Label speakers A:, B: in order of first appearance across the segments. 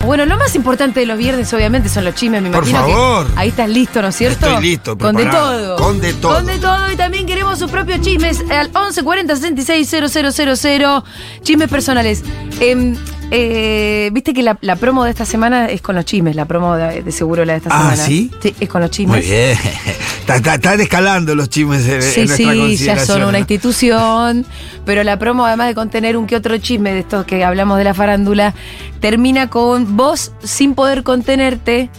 A: Bueno, lo más importante de los viernes, obviamente, son los chismes, me
B: Por
A: imagino. que
B: favor.
A: ahí estás listo, ¿no es cierto?
B: Estoy listo,
A: Con de todo.
B: preparado. Con de todo.
A: Con de todo. Y también queremos sus propios chismes al 1140 66 000. Chismes personales. Em, eh, Viste que la, la promo de esta semana es con los chismes, la promo de, de seguro la de esta
B: Ah,
A: semana.
B: ¿sí?
A: Sí, es con los chismes.
B: Muy bien. Está- está- Están escalando los chismes eh, en, en
A: Sí,
B: nuestra
A: sí, ya
B: consideración,
A: son
B: ¿no?
A: una institución, pero la promo, además de contener un que otro chisme de estos que hablamos de la farándula, termina con vos sin poder contenerte,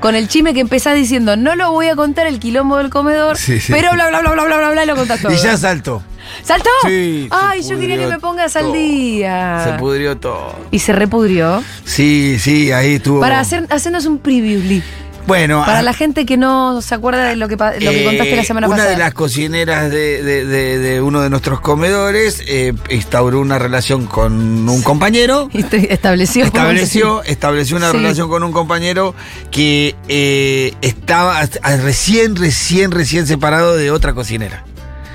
A: con el chisme que empezás diciendo, no lo voy a contar el quilombo del comedor,
B: Sí, sí.
A: pero bla, bla, bla, bla, bla, bla, bla, y lo contás todo.
B: Y ya saltó.
A: ¿Saltó?
B: Sí, se
A: Ay, yo quería que
B: pudrió
A: me pongas al
B: todo.
A: día.
B: Se pudrió todo.
A: y se repudrió.
B: Sí, sí, ahí estuvo.
A: Para hacer, hacernos un preview, Lee.
B: Bueno,
A: Para
B: Oh. ah,
A: la gente que no se acuerda de lo que, pa- lo que
B: eh,
A: contaste la semana
B: una
A: pasada.
B: de las cocineras de, de- de- de uno de nuestros comedores eh, instauró una relación con un compañero.
A: Y te- estableció.
B: Estableció, estableció una
A: Sí.
B: relación con un compañero que eh, estaba as- as- recién, recién, recién separado de otra cocinera.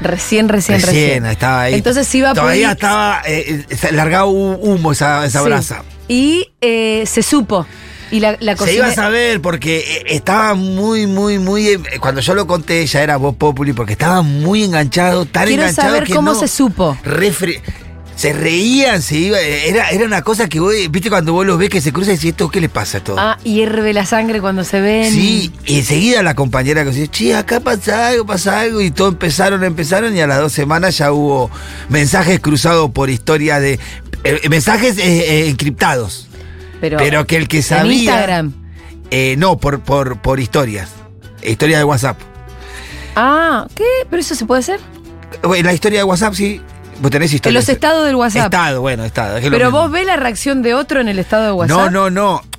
A: Recién, recién, recién.
B: estaba ahí.
A: Entonces iba a
B: Todavía
A: poder-
B: estaba eh, eh, se- largaba un humo esa, esa
A: Sí.
B: brasa.
A: Y eh, se supo. Y la, la
B: Se
A: cocina-
B: iba a saber porque eh, estaba muy, muy, muy. eh, Cuando yo lo conté, ya era Voz Populi, porque estaba muy enganchado, tan
A: Quiero
B: enganchado
A: saber
B: que
A: cómo
B: no-
A: se supo.
B: refre- se reían, se iba. eh, Era, era una cosa que vos, eh, viste, cuando vos los ves que se cruzan y decís, ¿esto qué le pasa a todo?
A: Ah, hierve la sangre cuando se ven.
B: Sí, y enseguida la compañera que decía, che, acá pasa algo, pasa algo, y todo empezaron, empezaron, y a las dos semanas ya hubo mensajes cruzados por historia de. eh, mensajes eh, eh, encriptados.
A: Pero,
B: Pero que el que
A: en
B: sabía.
A: Instagram.
B: Eh, no, por, por, por historias. Historia de WhatsApp.
A: Ah, ¿qué? ¿Pero eso se puede hacer?
B: Bueno, Eh, La historia de WhatsApp, sí. Vos tenés
A: En
B: historias.
A: los estados del WhatsApp.
B: Estado, bueno, estado. es que es lo
A: Pero
B: mismo.
A: vos ves la reacción de otro en el estado de WhatsApp. Ah,
B: No, no, no.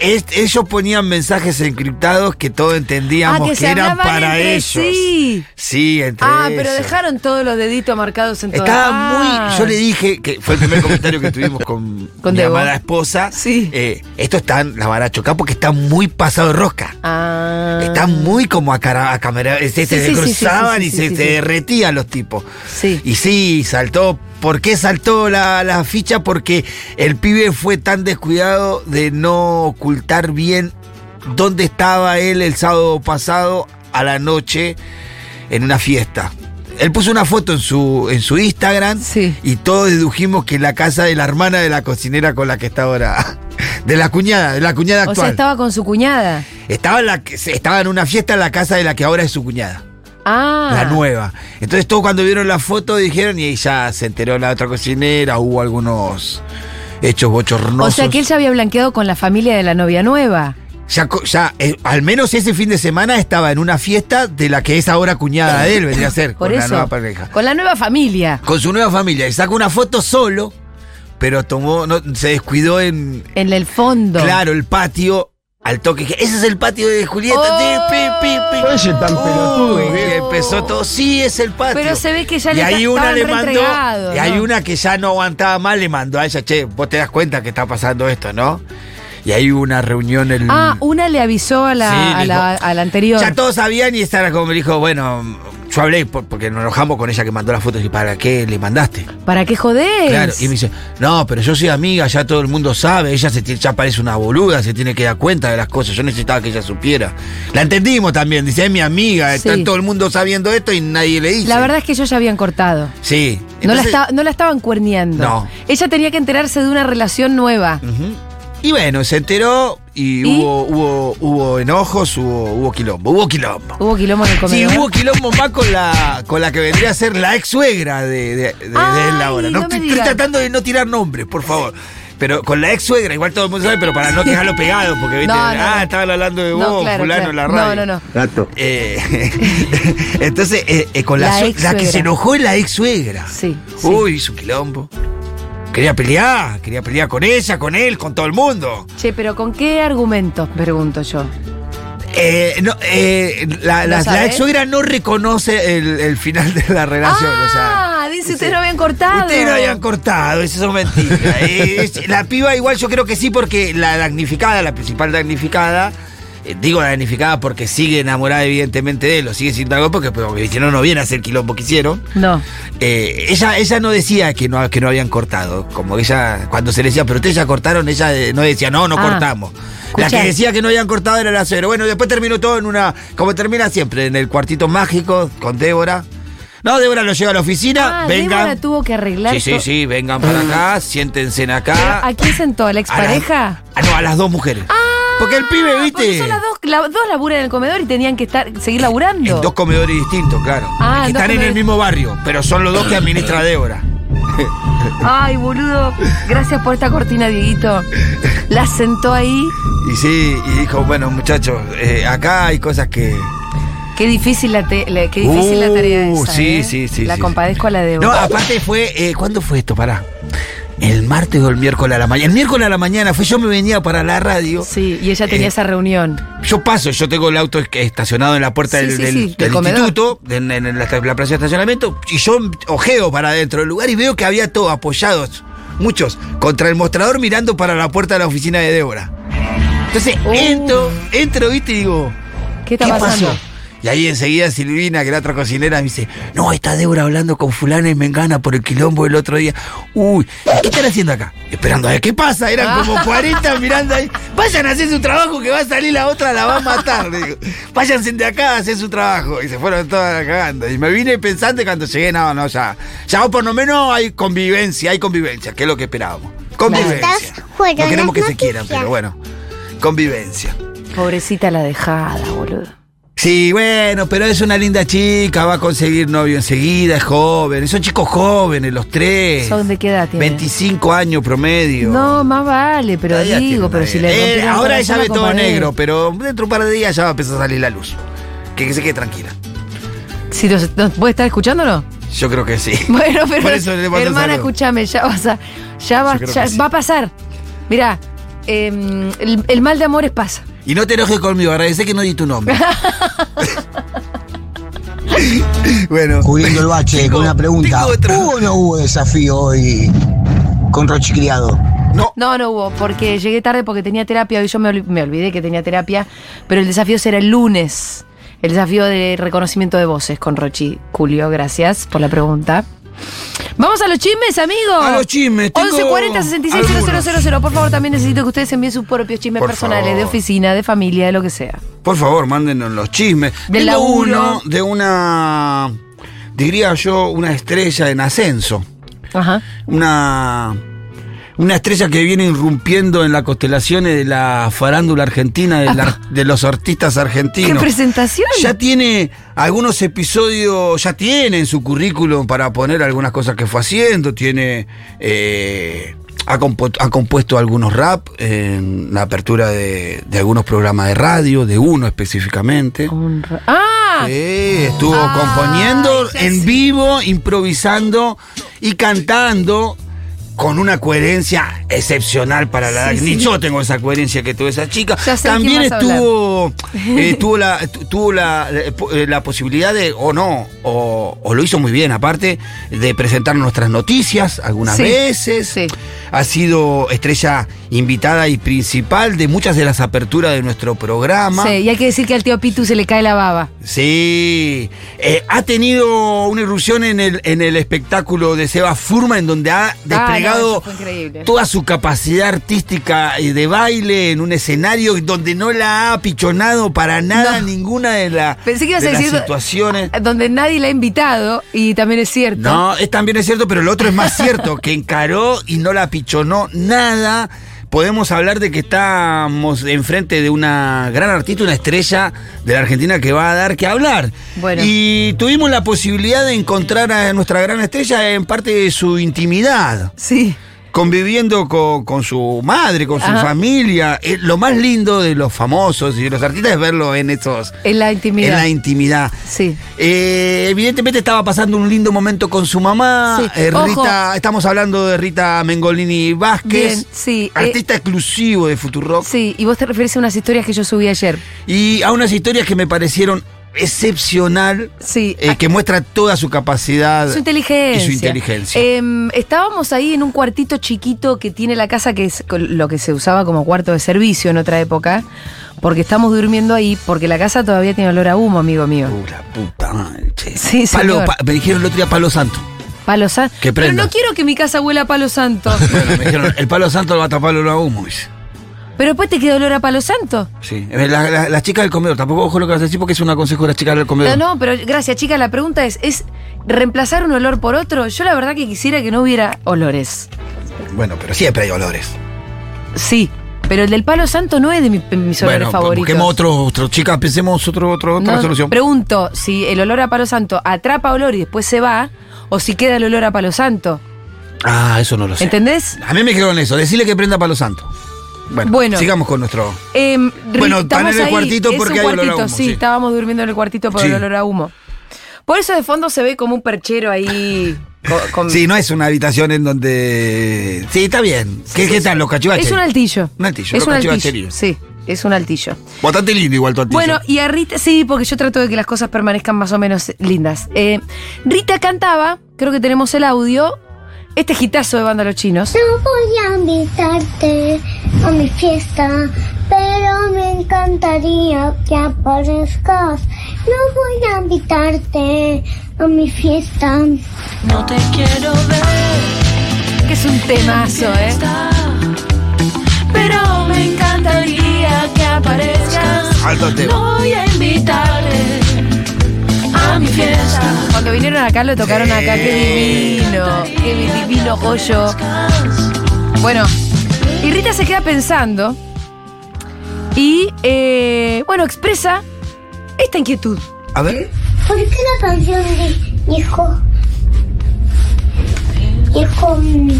B: Es- ellos ponían mensajes encriptados que todos
A: Ah,
B: entendíamos
A: que,
B: que,
A: se
B: eran
A: hablaban
B: para
A: entre
B: ellos.
A: sí.
B: Sí, entre
A: Ah, pero
B: ellos.
A: dejaron todos los deditos marcados en todo.
B: Estaba
A: Ah.
B: muy. Yo le dije que fue el primer comentario que tuvimos con,
A: Con
B: mi
A: Debo.
B: amada esposa.
A: Sí.
B: eh, esto está, la van a chocar porque está muy pasado de rosca.
A: Ah.
B: Está muy como a, cara, a cámara- Se, se
A: Sí, sí, sí,
B: cruzaban
A: sí, sí,
B: y
A: sí,
B: se,
A: sí,
B: se
A: sí.
B: derretían los tipos.
A: Sí.
B: Y sí, saltó. ¿Por qué saltó la, la ficha? Porque el pibe fue tan descuidado de no ocultar bien dónde estaba él el sábado pasado a la noche en una fiesta. Él puso una foto en su, en su Instagram
A: Sí.
B: y todos dedujimos que la casa de la hermana de la cocinera con la que está ahora. De la cuñada, de la cuñada actual.
A: O sea, estaba con su cuñada.
B: Estaba en, la que- estaba en una fiesta en la casa de la que ahora es su cuñada,
A: Ah.
B: la nueva. Entonces todos cuando vieron la foto dijeron y ahí ya se enteró la otra cocinera, hubo algunos hechos bochornosos.
A: O sea que él ya había blanqueado con la familia de la novia nueva.
B: ya, co- ya, eh, al menos ese fin de semana estaba en una fiesta de la que es ahora cuñada de él, vendría a ser,
A: Por
B: con
A: eso.
B: la nueva pareja.
A: Con la nueva familia.
B: Con su nueva familia, y sacó una foto solo, pero tomó, no, se descuidó en,
A: En el fondo.
B: claro, el patio. Al toque, dije, ese es el patio de Julieta.
A: Oh.
B: sí, pi, pi, pi".
C: Oye, tan pelotudo,
B: Uy,
C: ¿eh?
B: y empezó todo, sí, es el patio.
A: Pero se ve que ya
B: y
A: le
B: ahí
A: ca-
B: una
A: estaban
B: le
A: re
B: mandó,
A: entregados,
B: Y hay
A: ¿no?
B: una que ya no aguantaba más, le mandó a ella, che, vos te das cuenta que está pasando esto, ¿no? Y ahí hubo una reunión el.
A: Ah, una le avisó a la,
B: Sí,
A: a
B: dijo,
A: la, a la anterior.
B: Ya todos sabían y esta era como me dijo, bueno, yo hablé por- porque nos enojamos con ella que mandó las fotos y para qué le mandaste.
A: ¿Para qué jodés?
B: Claro, y me dice, no, pero yo soy amiga, ya todo el mundo sabe, ella se ti- ya parece una boluda, se tiene que dar cuenta de las cosas, yo necesitaba que ella supiera. La entendimos también, dice, es mi amiga,
A: Sí.
B: está todo el mundo sabiendo esto y nadie le dice.
A: La verdad es que ellos ya habían cortado.
B: Sí.
A: no, la
B: Entonces-
A: esta- no la estaban cuerneando.
B: No. Mm.
A: Ella tenía que enterarse de una relación nueva.
B: Ujú. Y bueno, se enteró y,
A: ¿Y?
B: Hubo, hubo, hubo enojos, hubo, hubo quilombo, hubo quilombo.
A: Hubo quilombo en el
B: Sí,
A: comedor.
B: hubo quilombo más con la, con la que vendría a ser la ex suegra de, de, de- de él
A: Ay,
B: ahora.
A: no
B: No,
A: me
B: estoy
A: digas.
B: tratando de no tirar nombres, por favor. Pero con la ex suegra, igual todo el mundo sabe, pero para no dejarlo pegado, porque viste,
A: No, no,
B: ah,
A: no.
B: estaban hablando de vos,
A: no, claro,
B: fulano,
A: claro.
B: en la radio.
A: No, no, no.
C: Gato.
B: Eh, entonces, eh, eh, con la,
A: La
B: sue-
A: ex
B: la que
A: suegra.
B: se enojó es la ex suegra.
A: Sí, sí.
B: Uy, su quilombo. Quería pelear, quería pelear con ella, con él, con todo el mundo.
A: Che, pero ¿con qué argumentos? Pregunto yo.
B: Eh, no, eh, la, la-
A: ¿No
B: la
A: sabés?
B: ex suegra no reconoce el, el final de la relación. o sea,
A: ah, dice, ustedes no habían cortado.
B: ustedes no habían cortado, eso son mentiras. Eh, es- la piba igual yo creo que sí, porque la damnificada, la principal damnificada, eh, digo la danificada porque sigue enamorada evidentemente de él, o sigue siendo algo porque, porque si no, no viene a hacer el quilombo que hicieron.
A: No.
B: Eh, ella, ella no decía que no, que no habían cortado. Como que ella, cuando se le decía, pero ustedes ya cortaron, ella eh, no decía, no, no
A: Ah.
B: cortamos. La
A: Escuchá.
B: que decía que no habían cortado era la cero. Bueno, después terminó todo en una. Como termina siempre, en el cuartito mágico con Débora. No, Débora lo lleva a la oficina,
A: Ah, Débora
B: vengan.
A: tuvo que arreglar
B: Sí, sí,
A: to-
B: sí, vengan para acá, siéntense en acá.
A: ¿A quién sentó? ¿A la
B: A la-
A: expareja?
B: Ah, no, a las dos mujeres. porque el pibe,
A: Ah, porque
B: viste.
A: son las dos, la- dos laburan en el comedor y tenían que estar seguir laburando.
B: En dos comedores distintos, claro.
A: Ah,
B: que
A: en dos
B: están en el
A: comedores.
B: mismo barrio, pero son los dos que administra Débora.
A: Ay, boludo. Gracias por esta cortina, Dieguito. La sentó ahí.
B: Y sí, y dijo, bueno, muchachos, eh, acá hay cosas que.
A: Qué difícil la, te- la- qué difícil la tarea
B: Uh,
A: esa,
B: sí,
A: ¿eh?
B: sí, sí,
A: La
B: sí,
A: compadezco a la de
B: No, aparte fue. eh, ¿Cuándo fue esto? Pará. El martes o el miércoles a la mañana. El miércoles a la mañana fue yo me venía para la radio.
A: Sí, y ella tenía
B: Eh,
A: esa reunión.
B: Yo paso, yo tengo el auto estacionado en la puerta
A: Sí,
B: del,
A: sí,
B: del-
A: sí,
B: del
A: del comedor.
B: instituto, en, en- en la, la plaza de estacionamiento, y yo ojeo para adentro del lugar y veo que había todos apoyados, muchos, contra el mostrador mirando para la puerta de la oficina de Débora. Entonces
A: Uh.
B: entro, entro, viste, y digo,
A: ¿Qué está pasando?
B: pasó? Y ahí enseguida Silvina, que era otra cocinera, me dice, no, está Débora hablando con fulana y me engana por el quilombo del otro día. Uy, ¿qué están haciendo acá? Esperando a ver qué pasa. Eran como 40 mirando ahí. Vayan a hacer su trabajo que va a salir la otra, la va a matar. le digo. Váyanse de acá a hacer su trabajo. Y se fueron todas cagando. Y me vine pensando y cuando llegué, no, no, ya. Ya por lo menos hay convivencia, hay convivencia, que es lo que esperábamos. Convivencia.
C: Estas fueron
B: No queremos que
C: las
B: se quieran,
C: noticias.
B: pero bueno. Convivencia.
A: Pobrecita la dejada, boludo.
B: Sí, bueno, pero es una linda chica, va a conseguir novio enseguida, es joven. Son chicos jóvenes, los tres.
A: ¿Son de qué edad tiene?
B: 25 años promedio.
A: No, más vale, pero
B: Todavía tiene
A: digo, pero
B: una
A: si
B: vida.
A: le
B: Eh,
A: rompieron el
B: Ahora
A: corazón
B: ella
A: a
B: ve todo
A: compadre.
B: negro, pero dentro de un par de días ya va a empezar a salir la luz. Que, que se quede tranquila.
A: Si nos- nos- ¿Puede estar escuchándolo?
B: Yo creo que sí.
A: Bueno, pero.
B: Por eso le mando
A: hermana,
B: saludos.
A: escúchame, ya vas a. Ya va,
B: Yo creo
A: ya
B: que sí.
A: va a pasar. Mirá, eh, el, el mal de amores pasa.
B: Y no te enojes conmigo, agradece que no di tu nombre. bueno.
D: Cubriendo el bache
B: Tengo-
D: con una pregunta.
B: tengo otra.
D: ¿Hubo o no hubo desafío hoy con Rochi Criado?
B: No.
A: No, no hubo, porque llegué tarde porque tenía terapia. Hoy yo me, ol- me olvidé que tenía terapia, pero el desafío será el lunes. El desafío de reconocimiento de voces con Rochi Julio. Gracias por la pregunta. Vamos a los chismes, amigos.
B: A los chismes, tengo
A: 1140 66
B: algunos.
A: 000. Por favor, también necesito que ustedes envíen sus propios chismes
B: Por
A: personales,
B: favor.
A: de oficina, de familia, de lo que sea.
B: Por favor, mándenos los chismes.
A: Del
B: Tengo
A: laburo.
B: uno de una, diría yo, una estrella en ascenso.
A: Ajá.
B: Una, una estrella que viene irrumpiendo en las constelaciones de la farándula argentina, de, la- de los artistas
A: ¿Qué
B: argentinos.
A: presentación?
B: Ya tiene algunos episodios, ya tiene en su currículum para poner algunas cosas que fue haciendo, tiene... eh, ha, compu- ha compuesto algunos rap en la apertura de, de algunos programas de radio, de uno específicamente.
A: Un ra- ¡Ah!
B: Sí, estuvo
A: Ah,
B: componiendo
A: ya
B: en
A: sé.
B: vivo, improvisando y cantando con una coherencia excepcional para la
A: Sí,
B: edad. Ni
A: sí.
B: yo tengo esa coherencia que tuvo esa chica.
A: Ya sé de
B: También
A: quién vas a
B: estuvo, eh, tuvo la, tu- tuvo la, eh, la posibilidad de, o no, o, o lo hizo muy bien, aparte, de presentar nuestras noticias algunas
A: Sí,
B: veces.
A: sí.
B: Ha sido estrella invitada y principal de muchas de las aperturas de nuestro programa.
A: Sí, y hay que decir que al tío Pitu se le cae la baba.
B: Sí, Eh, ha tenido una irrupción en el, en el espectáculo de Seba Furma, en donde ha
A: Ah, no, eso
B: desplegado
A: fue increíble.
B: toda su capacidad artística y de baile en un escenario donde no la ha pichonado para nada
A: No.
B: ninguna de, la-
A: Pensé que ibas
B: de
A: a
B: las
A: decir-
B: situaciones.
A: Donde nadie la ha invitado, y también es cierto.
B: No, es, también es cierto, pero lo otro es más cierto, que encaró y no la pichonó nada. Podemos hablar de que estamos enfrente de una gran artista, una estrella de la Argentina que va a dar que hablar.
A: Bueno.
B: Y tuvimos la posibilidad de encontrar a nuestra gran estrella en parte de su intimidad,
A: Sí.
B: conviviendo con, con su madre, con su
A: Ajá.
B: familia. Eh, lo más lindo de los famosos y de los artistas es verlo en estos...
A: En la intimidad.
B: En la intimidad.
A: Sí.
B: Eh, evidentemente estaba pasando un lindo momento con su mamá.
A: Sí.
B: Eh,
A: Ojo.
B: Rita, estamos hablando de Rita Mengolini Vázquez.
A: Bien, sí, eh.
B: Artista exclusivo de Futurock.
A: Sí, y vos te referís a unas historias que yo subí ayer.
B: Y a unas historias que me parecieron excepcional.
A: Sí. Ah,
B: eh, que muestra toda su capacidad.
A: Su inteligencia.
B: Y su inteligencia.
A: Em, estábamos ahí en un cuartito chiquito que tiene la casa, que es con- lo que se usaba como cuarto de servicio en otra época, porque estamos durmiendo ahí, porque la casa todavía tiene olor a humo, amigo mío.
B: Uh, la puta madre, che.
A: Sí,
B: Palo-
A: señor.
B: pa- me dijeron el otro día palo santo.
A: Palo santo.
B: Que
A: Pero
B: prenda.
A: no quiero que mi casa huela a palo santo.
B: Bueno, me dijeron, el palo santo lo va a tapar olor a humo. dice.
A: Pero después te queda olor a palo santo.
B: Sí. Eh, la- la- las chicas del comedor, tampoco ojo lo que vas a decir porque es un aconsejo de las chicas del
A: No,
B: comedor.
A: no, pero gracias, chicas. La pregunta es, ¿es reemplazar un olor por otro? Yo la verdad que quisiera que no hubiera olores.
B: Bueno, pero siempre hay olores.
A: Sí, pero el del palo santo no es de mi- mis olores
B: Bueno, pues,
A: favoritos.
B: busquemos otro, otro. Chicas, pensemos otro, otro, otra
A: No,
B: solución.
A: Pregunto si el olor a palo santo atrapa olor y después se va, o si queda el olor a palo santo.
B: Ah, eso no lo sé.
A: ¿Entendés?
B: A mí me dijeron eso, decirle que prenda palo santo. Bueno,
A: Bueno.
B: sigamos con nuestro...
A: Em, ri-
B: Bueno,
A: estamos
B: pan en el
A: ahí,
B: cuartito
A: es
B: porque
A: un
B: hay olor a
A: cuartito,
B: humo,
A: Sí,
B: sí.
A: estábamos durmiendo en el cuartito por el
B: Sí.
A: olor a humo. Por eso de fondo se ve como un perchero ahí. co- Con,
B: Sí, no es una habitación en donde... Sí, está bien. ¿Qué, qué tal los cachivaches?
A: es un altillo.
B: Un altillo,
A: Es
B: lo
A: un altillo.
B: cachivacherío.
A: Sí, es un altillo.
B: Bastante lindo igual tu altillo.
A: Bueno, y a Rita, sí, porque yo trato de que las cosas permanezcan más o menos lindas. Eh, Rita cantaba, creo que tenemos el audio, este gitazo de Banda Los Chinos.
C: No voy a invitarte a mi fiesta, pero me encantaría que aparezcas. No voy a invitarte a mi fiesta.
E: No te quiero ver,
A: Que es un temazo, ¿eh?
E: pero me encantaría que aparezcas.
B: Alto tema.
E: No voy a invitarte a mi fiesta.
A: Cuando vinieron acá lo tocaron acá, qué divino, qué divino joyo. Bueno, y Rita se queda pensando y, eh, bueno, expresa esta inquietud.
B: A ver.
C: ¿Por qué la canción de dijo? Dijo. mm,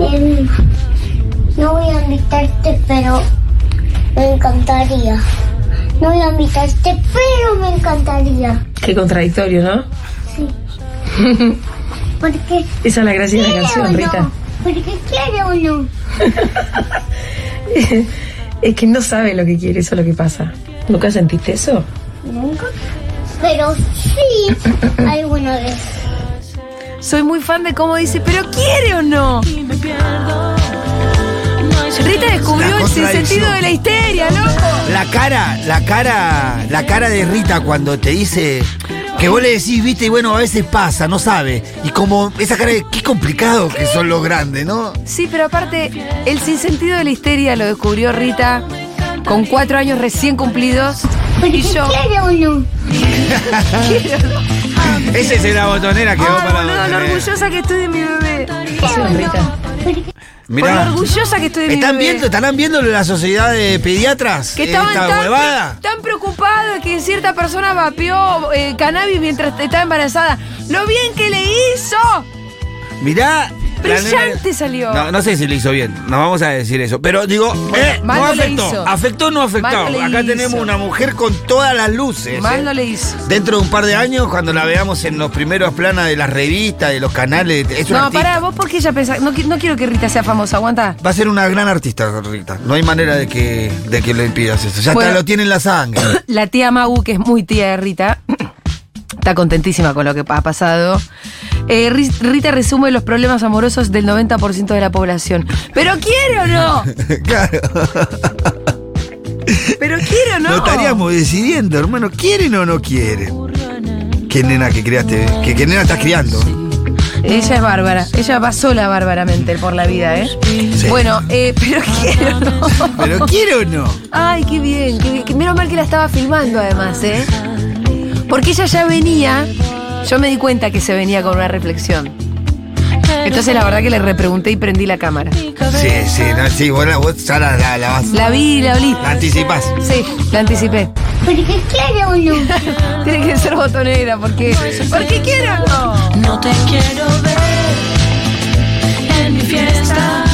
C: em, no voy a invitarte, pero me encantaría. No voy a invitarte, pero me encantaría.
F: Qué contradictorio, ¿no?
C: Porque
F: Esa es la gracia de la
C: quiere o
F: canción,
C: no.
F: Rita.
C: Porque quiere o no.
F: Es que no sabe lo que quiere, eso es lo que pasa. ¿Nunca sentiste eso?
C: Nunca. Pero sí, alguna vez.
A: Soy muy fan de cómo dice, pero quiere o no.
E: Y me pierdo. No hay
A: Rita descubrió
B: La
A: el
B: contradicción.
A: sinsentido de la histeria, loco.
B: La cara, la cara, la cara de Rita cuando te dice que vos le decís, viste, y bueno, a veces pasa, no sabe. Y como esa cara de qué complicado que son los grandes, ¿no?
A: Sí, pero aparte, el sinsentido de la histeria lo descubrió Rita con cuatro años recién cumplidos.
C: Porque
A: Y yo,
C: quiere o no.
B: Esa es la botonera que va
A: ay,
B: para
A: boludo, lo orgullosa que estoy de mi bebé.
C: Quiere o no. Porque
A: Por lo
B: Mirá.
A: orgullosa que estoy de mi
B: ¿Están
A: bebé.
B: viendo, ¿Estarán viendo la sociedad de pediatras?
A: que estaban
B: Esta
A: tan,
B: huevada.
A: tan preocupados que cierta persona vapeó eh, cannabis mientras estaba embarazada. ¡Lo bien que le hizo!
B: Mirá. la
A: Brillante
B: nena-
A: salió.
B: No, no sé si lo hizo bien, no vamos a decir eso. Pero digo, eh,
A: mal
B: no
A: no le
B: afectó.
A: hizo.
B: Afectó o no afectó.
A: Mal no le
B: Acá
A: hizo.
B: tenemos una mujer con todas las luces. ¿eh?
A: Mal no le hizo.
B: Dentro de un par de años, cuando la veamos en los primeros planas de las revistas, de los canales, es una
A: No,
B: artista.
A: pará, vos porque ella pensás. No, qui- no quiero que Rita sea famosa, aguanta.
B: Va a ser una gran artista, Rita. No hay manera de que, de que le impidas eso. Ya
A: Bueno.
B: está, lo tiene en la sangre.
A: La tía Magu, que es muy tía de Rita, está contentísima con lo que ha pasado. Eh, Ri- Rita resume los problemas amorosos del 90% de la población. ¿Pero quiere o no?
B: claro.
A: ¿Pero quiere o no?
B: Lo estaríamos decidiendo, hermano. ¿Quieren o no quieren? Qué nena que creaste, que qué nena estás criando.
A: Ella es bárbara. Ella va sola bárbaramente por la vida, ¿eh? Bueno, eh, pero quiere o no.
B: ¿Pero quiere o no?
A: Ay, qué bien, qué bien. Menos mal que la estaba filmando además, ¿eh? Porque ella ya venía. Yo me di cuenta que se venía con una reflexión. Entonces la verdad que le repregunté y prendí la cámara.
B: Sí, sí, no, sí, vos, la- vos ya la, la- la vas.
A: La vi, la olí.
B: La anticipás.
A: Sí, la anticipé.
C: porque quiere o no.
A: Tiene que ser botonera, porque. Porque quiero. No.
E: No te quiero ver en mi fiesta,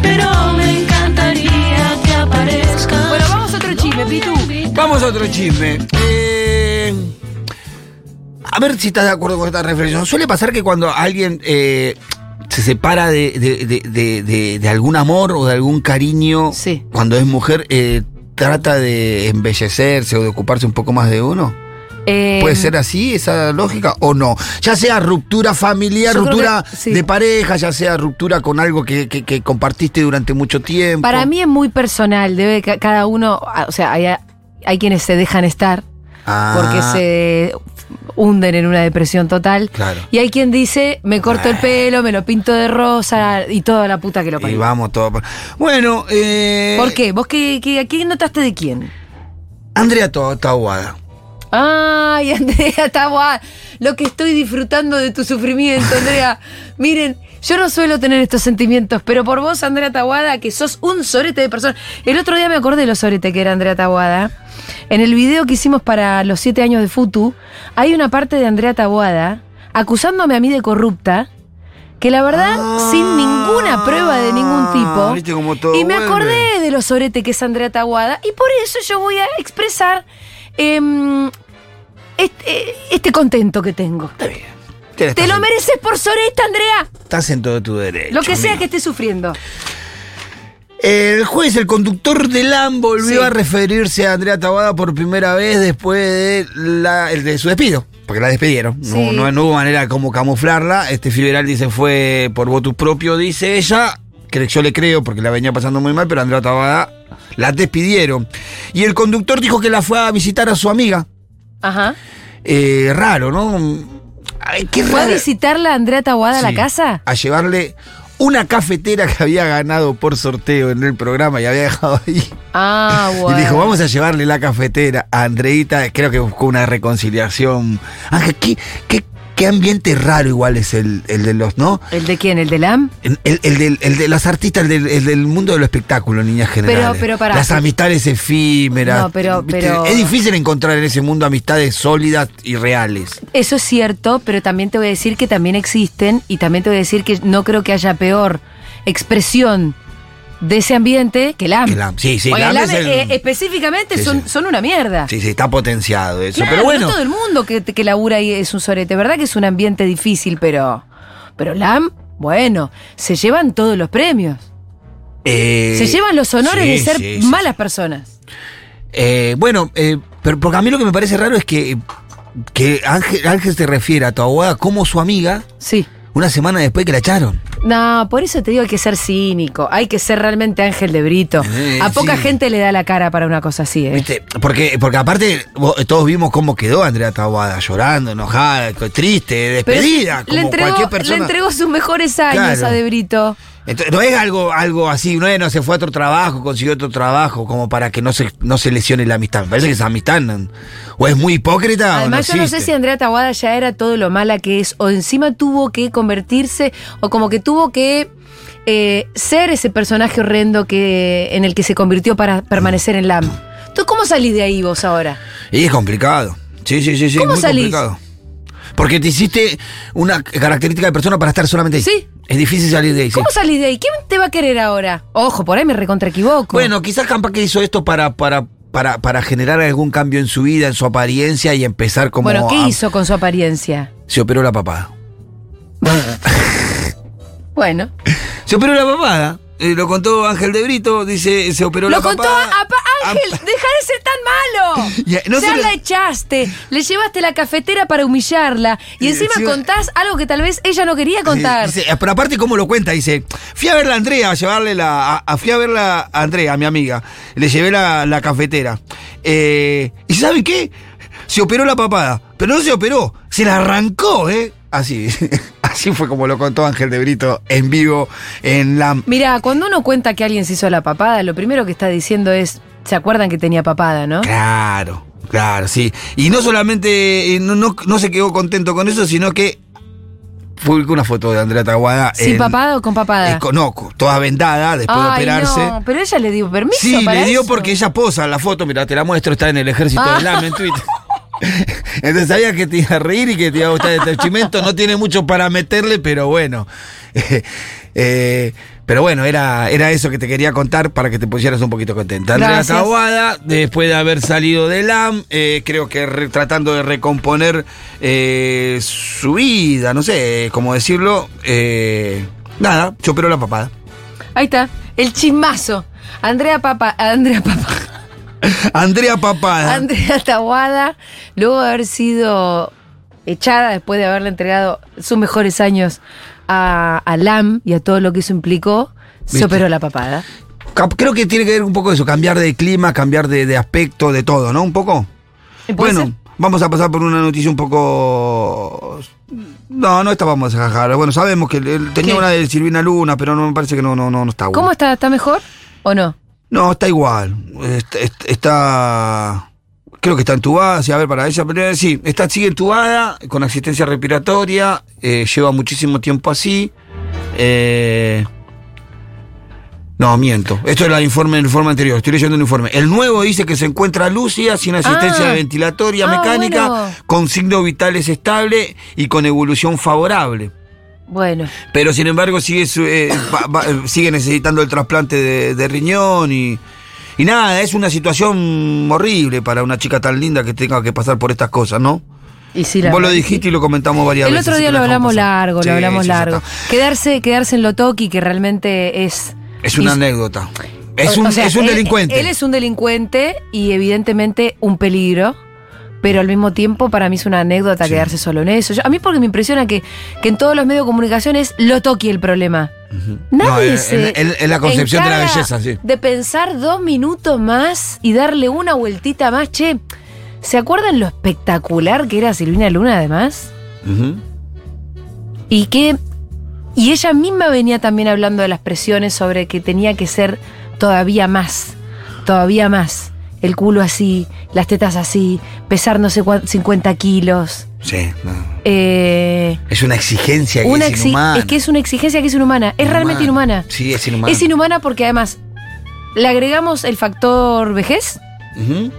E: pero me encantaría que aparezcas.
A: Bueno, vamos a otro chisme, Pitu.
B: Vamos a otro chisme. Eh, a ver si estás de acuerdo con esta reflexión. Suele pasar que cuando alguien eh, se separa de, de- de- de- de- de algún amor o de algún cariño,
A: Sí.
B: cuando es mujer, eh, trata de embellecerse o de ocuparse un poco más de uno.
A: Eh,
B: ¿Puede ser así esa lógica o no? Ya sea ruptura familiar,
A: Yo creo
B: ruptura
A: que- sí.
B: de pareja, ya sea ruptura con algo que, que- que compartiste durante mucho tiempo.
A: Para mí es muy personal, debe ca- cada uno, ah, o sea, hay, hay quienes se dejan estar
B: Ah,
A: porque se hunden en una depresión total.
B: Claro. Ah.
A: Y hay quien dice, me corto el pelo, me lo pinto de rosa y toda la puta que lo
B: Y
A: parió.
B: vamos todo. por- Bueno, eh,
A: ¿Por qué? ¿Vos qué, qué, a quién notaste de quién?
B: Andrea Ta- Taboada.
A: Ay, Andrea, está guay. Lo que estoy disfrutando de tu sufrimiento, Andrea. Miren, yo no suelo tener estos sentimientos, pero por vos, Andrea Taguada, que sos un sorete de persona. El otro día me acordé de lo sorete que era Andrea Taguada. En el video que hicimos para los siete años de Futu, hay una parte de Andrea Taguada acusándome a mí de corrupta. Que la verdad,
B: Ah,
A: sin ninguna prueba de ningún tipo.
B: viste cómo todo
A: y me
B: vuelve.
A: acordé de los sorete que es Andrea Taguada y por eso yo voy a expresar em, este, este contento que tengo. Te lo mereces por soreta, Andrea.
B: Estás en todo tu derecho.
A: Lo que sea que
B: amigo.
A: estés sufriendo.
B: El juez, el conductor del LAM, volvió
A: Sí.
B: a referirse a Andrea Taboada por primera vez después de, la- el de su despido. Porque la despidieron. No,
A: Sí.
B: no, no hubo manera de cómo camuflarla. Este Fiberal dice fue por voto propio, dice ella. Que yo le creo porque la venía pasando muy mal, pero Andrea Taboada la despidieron. Y el conductor dijo que la fue a visitar a su amiga.
A: Ajá.
B: Eh, raro, ¿no? Ay, qué
A: ¿Fue a
B: raro.
A: visitarla Andrea Taguada a la
B: Sí,
A: casa?
B: A llevarle una cafetera que había ganado por sorteo en el programa y había dejado ahí.
A: Ah,
B: Y
A: bueno.
B: le dijo, vamos a llevarle la cafetera a Andreita. Creo que buscó una reconciliación. Ángel, qué, qué, qué ambiente raro igual es el, el de los, ¿no?
A: ¿El de quién? ¿El de LAM?
B: El, el del- el de las artistas, el del, el del mundo del espectáculo, niñas generales.
A: pero pará.
B: Las amistades efímeras.
A: No, pero-
B: ¿viste?
A: pero-
B: Es difícil encontrar en ese mundo amistades sólidas y reales.
A: Eso es cierto, pero también te voy a decir que también existen y también te voy a decir que no creo que haya peor expresión de ese ambiente que LAM.
B: Que LAM, sí, sí,
A: Porque
B: LAM
A: LAM,
B: es el-
A: eh, específicamente
B: Sí,
A: son,
B: sí.
A: son una mierda.
B: Sí, sí, está potenciado eso.
A: Ah. Claro,
B: pero bueno.
A: No todo el mundo que, que labura ahí es un sorete. ¿Verdad que es un ambiente difícil, pero. Pero LAM, bueno, se llevan todos los premios.
B: eh,
A: se llevan los honores
B: sí,
A: de ser
B: sí, sí,
A: malas personas.
B: Eh, bueno, eh, pero porque a mí lo que me parece raro es que, eh, que Ángel, Ángel se refiere a tu abogada como su amiga
A: Sí.
B: una semana después que la echaron.
A: No, por eso te digo, hay que ser cínico. Hay que ser realmente ángel de brito.
B: Eh,
A: A poca
B: sí.
A: gente le da la cara para una cosa así, ¿eh?
B: ¿Viste? Porque, porque aparte vos- todos vimos cómo quedó Andrea Taboada, llorando, enojada, co- triste,
A: Pero
B: despedida, como
A: le entregó,
B: cualquier
A: le
B: persona.
A: entregó sus mejores años
B: Claro.
A: a De Brito.
B: Entonces, no es algo, algo así, no es, no se fue a otro trabajo, consiguió otro trabajo, como para que no se, no se lesione la amistad. Me parece que esa amistad no- o es muy hipócrita
A: Además,
B: o
A: yo
B: no
A: no sé si
B: Ah, existe.
A: Andrea Taguada ya era todo lo mala que es, o encima tuvo que convertirse, o como que tuvo que eh, ser ese personaje horrendo que, en el que se convirtió para permanecer en LAM. ¿Tú cómo salís de ahí vos ahora?
B: Y es complicado. Sí, sí, sí, sí.
A: ¿Cómo
B: muy
A: salís?
B: complicado. Porque te hiciste una característica de persona para estar solamente ahí.
A: Sí.
B: Es difícil salir de ahí. sí.
A: ¿Cómo salís de ahí? ¿Quién te va a querer ahora? Ojo, por ahí me recontra equivoco.
B: Bueno, quizás Campa que hizo esto para, para, para, para generar algún cambio en su vida, en su apariencia y empezar como.
A: Bueno, ¿qué
B: a-
A: hizo con su apariencia?
B: Se operó la papada.
A: Bueno,
B: Se operó la papada. eh, lo contó Ángel de Brito, dice, se operó
A: lo
B: la
A: contó
B: papada.
A: a- a Pa- Ángel,
B: A-
A: deja de ser tan malo.
B: Ya, no
A: ya
B: solo-
A: la echaste, le llevaste la cafetera para humillarla y
B: Sí,
A: encima
B: encima-
A: contás algo que tal vez ella no quería contar.
B: Dice, eh, pero aparte, ¿cómo lo cuenta? Dice, fui a verla a Andrea, a llevarle la. a- a- fui a verla a Andrea, a mi amiga. Le llevé la, la cafetera. Eh, ¿Y saben qué? Se operó la papada. Pero no se operó, se la arrancó, ¿eh? Así. Así fue como lo contó Ángel de Brito en vivo en la.
A: Mira, cuando uno cuenta que alguien se hizo la papada, lo primero que está diciendo es, ¿se acuerdan que tenía papada, no?
B: Claro, claro, sí. Y no solamente eh, no, no- no se quedó contento con eso, sino que publicó una foto de Andrea Taguada.
A: ¿Sin
B: en-
A: papada o con papada?
B: eh, con- no, con- toda vendada después de
A: Ay,
B: operarse.
A: no, pero ella le dio permiso
B: Sí,
A: para
B: le dio
A: eso.
B: porque ella posa la foto, mira, te la muestro, está en el ejército
A: Ah.
B: del LAM en Twitter. Entonces sabía que te iba a reír y que te iba a gustar este chimento, no tiene mucho para meterle, pero bueno. Eh, pero bueno, era, era eso que te quería contar para que te pusieras un poquito contenta. Andrea
A: Gracias.
B: Taboada, después de haber salido del LAM, eh, creo que re- tratando de recomponer eh, su vida, no sé cómo decirlo. eh, nada, yo pero la papada.
A: Ahí está, el chismazo. Andrea Papa, Andrea Papa.
B: Andrea Papada.
A: Andrea Taguada, luego de haber sido echada después de haberle entregado sus mejores años a, a LAM y a todo lo que eso implicó, se
B: Viste.
A: operó la papada.
B: Cap- Creo que tiene que ver un poco eso, cambiar de clima, cambiar de, de aspecto, de todo, ¿no? Un poco.
A: ¿Puede
B: Bueno,
A: ser?
B: vamos a pasar por una noticia un poco... No, no estábamos a jajar. Bueno, sabemos que el- el- tenía
A: ¿Qué?
B: una de Silvina Luna, pero no me parece que no, no, no, no está bueno.
A: ¿Cómo está? ¿Está mejor o no?
B: No, está igual. Está, est- está- creo que está entubada, sí, a ver, para ella, pero eh, sí, está, sigue entubada, con asistencia respiratoria, eh, lleva muchísimo tiempo así. eh, no, miento. Esto era el informe, el informe anterior, estoy leyendo un informe. El nuevo dice que se encuentra lúcida, sin asistencia
A: Ah.
B: ventilatoria
A: Ah,
B: mecánica,
A: bueno.
B: con signos vitales estable y con evolución favorable.
A: Bueno,
B: Pero sin embargo sigue, su- eh, va- va- eh, sigue necesitando el trasplante de, de riñón y, y nada, es una situación horrible para una chica tan linda que tenga que pasar por estas cosas, ¿no?
A: y sí, la
B: Vos lo
A: verdad que sí.
B: dijiste y lo comentamos varias
A: El
B: veces.
A: otro
B: así
A: día
B: que
A: lo
B: la dejamos
A: hablamos
B: pasar.
A: largo,
B: Sí,
A: lo hablamos
B: sí, ya
A: largo.
B: está.
A: Quedarse, quedarse en lo toqui, que realmente es.
B: Es una
A: y-
B: anécdota. Es
A: o-
B: un,
A: o sea,
B: es un
A: él-
B: delincuente.
A: Él, es un delincuente y evidentemente un peligro. Pero al mismo tiempo, para mí es una anécdota
B: Sí.
A: quedarse solo en eso. Yo- a mí porque me impresiona que, que en todos los medios de comunicación es lo toqui el problema. Nadie
B: No, es-
A: se
B: es- es- es la concepción de la
A: encarga
B: belleza, sí.
A: De pensar dos minutos más y darle una vueltita más. Che, ¿se acuerdan lo espectacular que era Silvina Luna además?
B: Ujú.
A: Y que. Y ella misma venía también hablando de las presiones sobre que tenía que ser todavía más. Todavía más. El culo así, las tetas así, pesar no sé cuán- 50 kilos.
B: Sí, no.
A: Eh,
B: Es una exigencia que
A: una
B: es
A: exi-
B: inhumana.
A: es que es una exigencia que es inhumana. Es realmente inhumana.
B: Sí, es inhumana.
A: Es inhumana porque además le agregamos el factor vejez.
B: Ujú.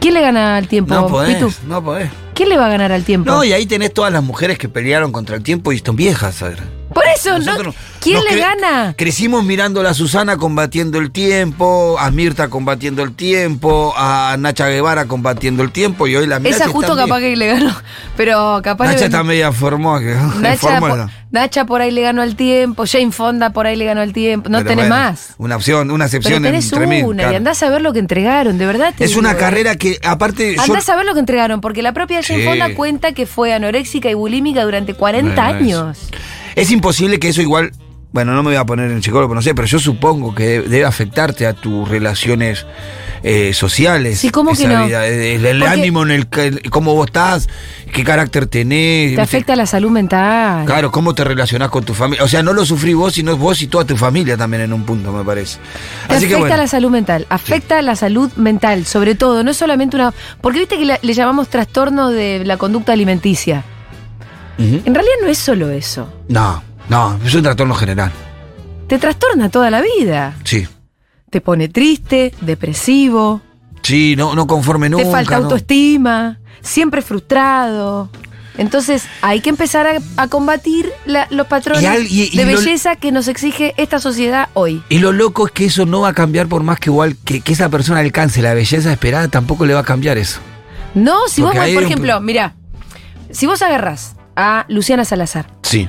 A: ¿Quién le gana al tiempo?
B: No podés,
A: Pitu?
B: no podés.
A: ¿Quién le va a ganar al tiempo?
B: No, y ahí tenés todas las mujeres que pelearon contra el tiempo y están viejas, a ver.
A: Por eso, no-
B: Nosotros
A: ¿quién
B: nos
A: le
B: cre-
A: gana?
B: Crecimos mirando a la Susana combatiendo el tiempo, a Mirta combatiendo el tiempo, a Nacha Guevara combatiendo el tiempo y hoy la mirás
A: Esa
B: y
A: justo
B: está
A: capaz
B: media-
A: que le ganó. Pero capaz
B: Nacha
A: le
B: está media formosa. que-
A: Nacha por,
B: formosa.
A: Nacha por ahí le ganó el tiempo, Jane Fonda por ahí le ganó el tiempo. No
B: Pero
A: tenés
B: bueno,
A: más.
B: Una opción, una excepción
A: Pero tenés
B: entre mil,
A: una y
B: claro.
A: andás a ver lo que entregaron, de verdad. te
B: Es una
A: digo, eh.
B: carrera que, aparte, yo-
A: Andás a ver lo que entregaron, porque la propia Jane
B: Sí.
A: Fonda cuenta que fue anoréxica y bulímica durante 40
B: Bueno, es-
A: años.
B: es imposible que eso igual. Bueno, no me voy a poner en psicólogo, no sé, pero yo supongo que debe, debe afectarte a tus relaciones eh, sociales.
A: Sí, ¿cómo que
B: esa
A: no?
B: vida, el, el
A: Porque-
B: ánimo en el, que- el- cómo vos estás, qué carácter tenés.
A: Te
B: ¿viste?
A: afecta la salud mental.
B: Claro, cómo te relacionás con tu familia. O sea, no lo sufrí vos, sino vos y toda tu familia también en un punto, me parece.
A: Te
B: Así
A: afecta
B: que bueno.
A: la salud mental, afecta la salud mental, sobre todo, no es solamente una... Porque viste que la- le llamamos trastorno de la conducta alimenticia.
B: Ujú.
A: En realidad no es solo eso,
B: No, no, es un trastorno general.
A: te trastorna toda la vida.
B: Sí.
A: Te pone triste, depresivo,
B: Sí, no, no conforme nunca.
A: te falta
B: ¿no?
A: autoestima, siempre frustrado. Entonces hay que empezar a, a combatir la- los patrones
B: Y al- y- y
A: de
B: lo-
A: belleza que nos exige esta sociedad hoy.
B: Y lo loco es que eso no va a cambiar por más que igual que, que esa persona alcance la belleza esperada, tampoco le va a cambiar eso.
A: No, si
B: Porque
A: vos,
B: ahí
A: por
B: hay un
A: ejemplo,
B: pro-
A: mira, si vos agarrás a Luciana Salazar,
B: Sí.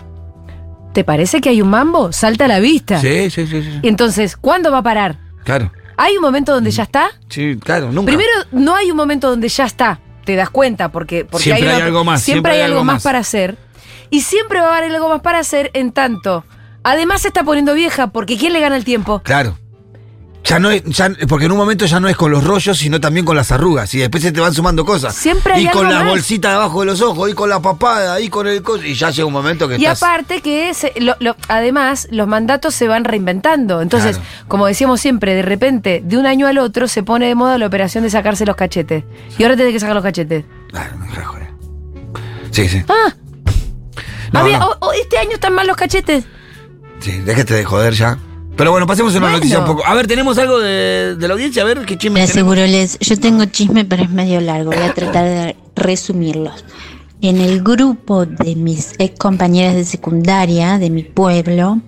A: ¿te parece que hay un mambo? Salta a la vista.
B: Sí, sí, sí, sí.
A: Y entonces, ¿cuándo va a parar?
B: Claro.
A: ¿Hay un momento donde ya está?
B: Sí, claro, nunca.
A: Primero, no hay un momento donde ya está, te das cuenta, porque, porque
B: Siempre hay
A: una-
B: algo más,
A: Siempre, hay, algo más para hacer. Y siempre va a haber algo más para hacer en tanto. Además se está poniendo vieja, porque ¿quién le gana el tiempo?
B: Claro. Ya no es, ya- porque en un momento ya no es con los rollos, sino también con las arrugas. Y después se te van sumando cosas.
A: Siempre hay
B: Y con
A: algo
B: la
A: más.
B: bolsita debajo de los ojos, y con la papada, y con el coso. Y ya llega un momento que
A: Y
B: estás.
A: aparte que se- lo- lo- además los mandatos se van reinventando. Entonces,
B: Claro.
A: como decíamos siempre, de repente, de un año al otro, se pone de moda la operación de sacarse los cachetes. Y ahora tenés que sacar los cachetes.
B: Claro, no, ya joder. Sí, sí.
A: Ah,
B: No,
A: había-
B: no.
A: oh, oh, este año están mal los cachetes.
B: Sí, déjate de joder ya. Pero bueno, pasemos a una
A: Bueno.
B: noticia un poco. A ver, tenemos algo de, de la audiencia, a ver qué chisme.
G: Hola,
B: tenemos.
G: Seguroles. Yo tengo chisme, pero es medio largo. Voy a tratar de resumirlos. En el grupo de mis ex compañeras de secundaria de mi pueblo,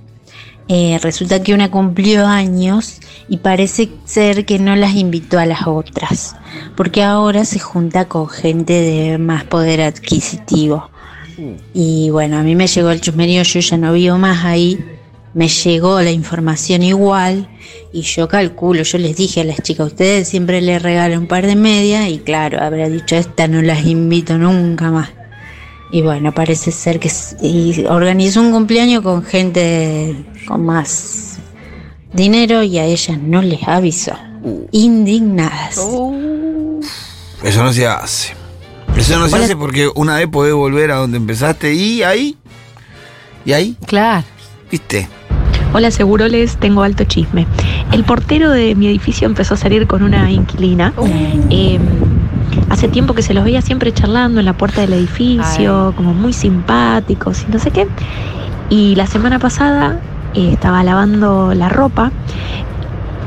G: eh, resulta que una cumplió años y parece ser que no las invitó a las otras, porque ahora se junta con gente de más poder adquisitivo. Y bueno, a mí me llegó el chusmerío, yo ya no vivo más ahí, me llegó la información igual y yo calculo, yo les dije a las chicas, ustedes siempre les regalo un par de medias y claro, habrá dicho, esta no las invito nunca más. Y bueno, parece ser que s- y organizó un cumpleaños con gente con más dinero y a ellas no les avisó.
B: Uh.
G: Indignadas.
B: Eso no se hace. Eso no se
G: Hola.
B: hace porque una vez podés volver a donde empezaste y ahí. Y ahí,
A: Claro.
B: viste.
H: Hola, Seguroles, tengo alto chisme. El portero de mi edificio empezó a salir con una inquilina. Eh, hace tiempo que se los veía siempre charlando en la puerta del edificio, como muy simpáticos y no sé qué. Y la semana pasada eh, estaba lavando la ropa